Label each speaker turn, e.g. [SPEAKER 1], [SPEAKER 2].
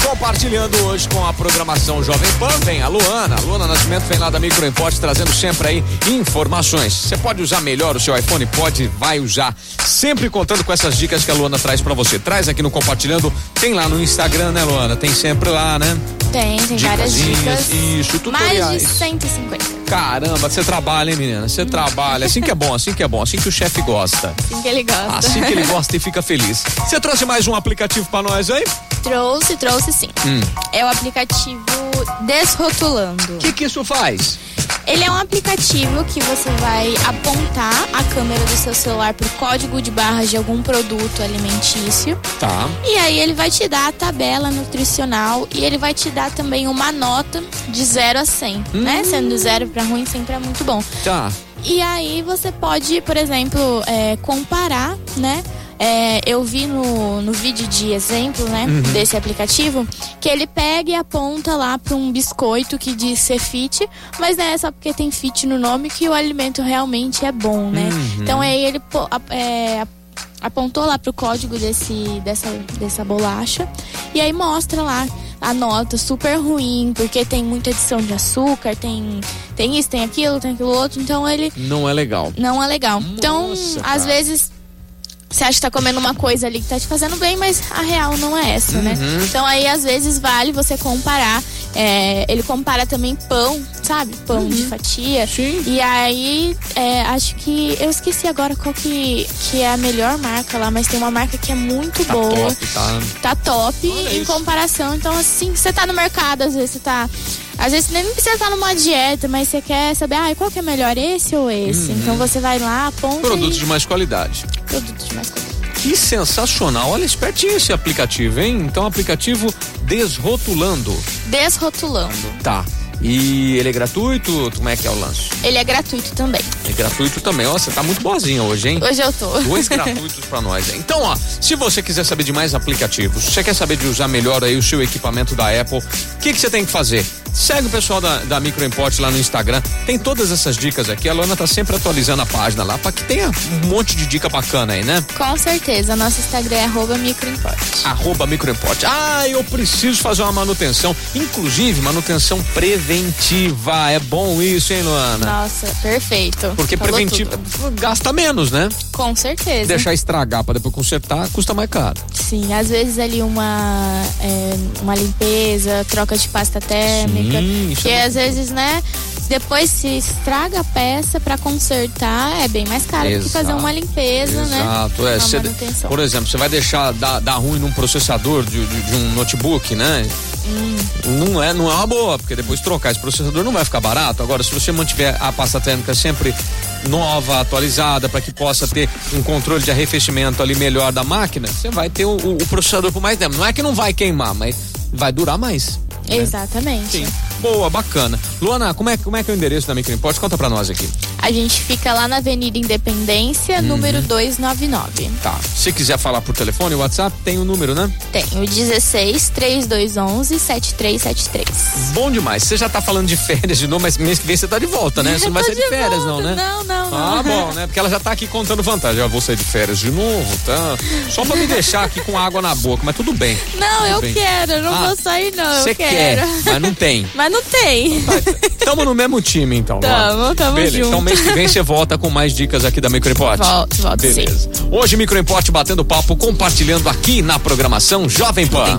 [SPEAKER 1] compartilhando hoje com a programação Jovem Pan. Vem a Luana. A Luana Nascimento vem lá da Microimporte trazendo sempre aí informações. Você pode usar melhor o seu iPhone? Pode, vai usar. Sempre contando com essas dicas que a Luana traz para você. Traz aqui no Compartilhando. Tem lá no Instagram, né, Luana? Tem sempre lá, né?
[SPEAKER 2] Tem, tem várias
[SPEAKER 1] Dicasinhas,
[SPEAKER 2] dicas.
[SPEAKER 1] Isso, tutoriais.
[SPEAKER 2] Mais de 150.
[SPEAKER 1] Caramba, você trabalha, hein, menina? Você trabalha. Assim que é bom, assim que é bom, assim que o chefe gosta.
[SPEAKER 2] Assim que ele gosta.
[SPEAKER 1] Assim que ele gosta e fica feliz. Você trouxe mais um aplicativo pra nós aí?
[SPEAKER 2] Trouxe, trouxe sim. É o aplicativo Desrotulando.
[SPEAKER 1] O que, que isso faz?
[SPEAKER 2] Ele é um aplicativo que você vai apontar a câmera do seu celular pro código de barras de algum produto alimentício.
[SPEAKER 1] Tá.
[SPEAKER 2] E aí ele vai te dar a tabela nutricional e ele vai te dar também uma nota de 0 a 100, né? Sendo 0 pra ruim, 100 pra muito bom.
[SPEAKER 1] Tá.
[SPEAKER 2] E aí você pode, por exemplo, é, comparar, né? É, eu vi no, no vídeo de exemplo, né, desse aplicativo, que ele pega e aponta lá para um biscoito que diz ser fit, mas não é só porque tem fit no nome que o alimento realmente é bom, né? Então aí ele po- a- é, apontou lá pro código desse, dessa, dessa bolacha e aí mostra lá a nota super ruim, porque tem muita adição de açúcar, tem, tem isso, tem aquilo, tem aquilo outro, então ele
[SPEAKER 1] Não é legal.
[SPEAKER 2] não é legal. então,
[SPEAKER 1] cara.
[SPEAKER 2] às vezes. Você acha que tá comendo uma coisa ali que tá te fazendo bem, mas a real não é essa, né?
[SPEAKER 1] Uhum.
[SPEAKER 2] Então aí às vezes vale você comparar. é, ele compara também pão, sabe? Pão de fatia.
[SPEAKER 1] Sim.
[SPEAKER 2] E aí, é, acho que. Eu esqueci agora qual que, que é a melhor marca lá, mas tem uma marca que é muito
[SPEAKER 1] Tá
[SPEAKER 2] boa
[SPEAKER 1] top, tá.
[SPEAKER 2] tá top
[SPEAKER 1] Olha
[SPEAKER 2] em
[SPEAKER 1] isso.
[SPEAKER 2] comparação. Então, assim, você tá no mercado, às vezes você tá. Às vezes você nem precisa estar numa dieta, mas você quer saber, ah, qual que é melhor, esse ou esse? Então você vai lá, aponta
[SPEAKER 1] Uhum. Produtos
[SPEAKER 2] e...
[SPEAKER 1] de mais qualidade.
[SPEAKER 2] Produtos de mais qualidade.
[SPEAKER 1] Que sensacional. Olha, espertinho esse aplicativo, hein? Então, aplicativo Desrotulando.
[SPEAKER 2] Desrotulando.
[SPEAKER 1] Tá. E ele é gratuito? Como é que é o lance?
[SPEAKER 2] Ele é gratuito também.
[SPEAKER 1] É gratuito também. Ó, você tá muito boazinha hoje, hein?
[SPEAKER 2] Hoje eu tô.
[SPEAKER 1] Dois gratuitos pra nós. hein? Então, ó, se você quiser saber de mais aplicativos, você quer saber de usar melhor aí o seu equipamento da Apple, o que, que você tem que fazer? Segue o pessoal da, da Microimport lá no Instagram. Tem todas essas dicas aqui. A Luana tá sempre atualizando a página lá pra que tenha um monte de dica bacana aí, né?
[SPEAKER 2] Com certeza, nosso Instagram é arroba microimporte.
[SPEAKER 1] Arroba Microimport. Ah, eu preciso fazer uma manutenção, inclusive manutenção preventiva. É bom isso, hein, Luana?
[SPEAKER 2] Nossa, perfeito.
[SPEAKER 1] Né? Porque
[SPEAKER 2] Falou
[SPEAKER 1] preventiva
[SPEAKER 2] tudo.
[SPEAKER 1] gasta menos, né?
[SPEAKER 2] Com certeza.
[SPEAKER 1] Deixar estragar pra depois consertar custa mais caro.
[SPEAKER 2] Sim, às vezes ali uma, é, uma limpeza, troca de pasta térmica.
[SPEAKER 1] Sim, isso
[SPEAKER 2] que
[SPEAKER 1] é muito
[SPEAKER 2] às vezes, né? Depois se estraga a peça pra consertar, é bem mais caro do que
[SPEAKER 1] Exato.
[SPEAKER 2] fazer uma limpeza, né?
[SPEAKER 1] Exato, é.
[SPEAKER 2] Uma
[SPEAKER 1] Cê-
[SPEAKER 2] manutenção.
[SPEAKER 1] por exemplo, você vai deixar dar, dar ruim num processador de, de- de um notebook, né?
[SPEAKER 2] Hum.
[SPEAKER 1] Não, é, não é uma boa, porque depois trocar esse processador não vai ficar barato. Agora, se você mantiver a pasta térmica sempre nova, atualizada, para que possa ter um controle de arrefecimento ali melhor da máquina, você vai ter o, o- o processador por mais tempo. Não é que não vai queimar, mas vai durar mais. né?
[SPEAKER 2] Exatamente.
[SPEAKER 1] Sim. Boa, bacana. Luana, como é, como é que é o endereço da Microimport? Conta pra nós aqui.
[SPEAKER 2] A gente fica lá na Avenida Independência,
[SPEAKER 1] Uhum.
[SPEAKER 2] número 299.
[SPEAKER 1] Tá. Se quiser falar por telefone, WhatsApp, tem o número, né?
[SPEAKER 2] Tem o 16 3211 7373.
[SPEAKER 1] Bom demais. Você já tá falando de férias de novo, mas mês que vem você tá de volta, né? Você não vai
[SPEAKER 2] Tô
[SPEAKER 1] sair de férias, não,
[SPEAKER 2] volta.
[SPEAKER 1] né?
[SPEAKER 2] Não, não, não.
[SPEAKER 1] Ah, bom, né? Porque ela já tá aqui contando vantagem. Ó, vou sair de férias de novo, tá? Só pra me deixar aqui com água na boca, mas tudo bem.
[SPEAKER 2] Não, eu
[SPEAKER 1] bem.
[SPEAKER 2] quero, eu não
[SPEAKER 1] Ah,
[SPEAKER 2] vou sair, não.
[SPEAKER 1] Você
[SPEAKER 2] eu
[SPEAKER 1] quer,
[SPEAKER 2] quero.
[SPEAKER 1] mas não tem.
[SPEAKER 2] Mas não tem.
[SPEAKER 1] Tamo no mesmo time, então.
[SPEAKER 2] Tamo,
[SPEAKER 1] ó.
[SPEAKER 2] tamo
[SPEAKER 1] Beleza.
[SPEAKER 2] junto.
[SPEAKER 1] Então mês que vem você volta com mais dicas aqui da Microimport.
[SPEAKER 2] Volto, volto sim.
[SPEAKER 1] Beleza. Hoje, Microimport batendo papo, compartilhando aqui na programação Jovem Pan.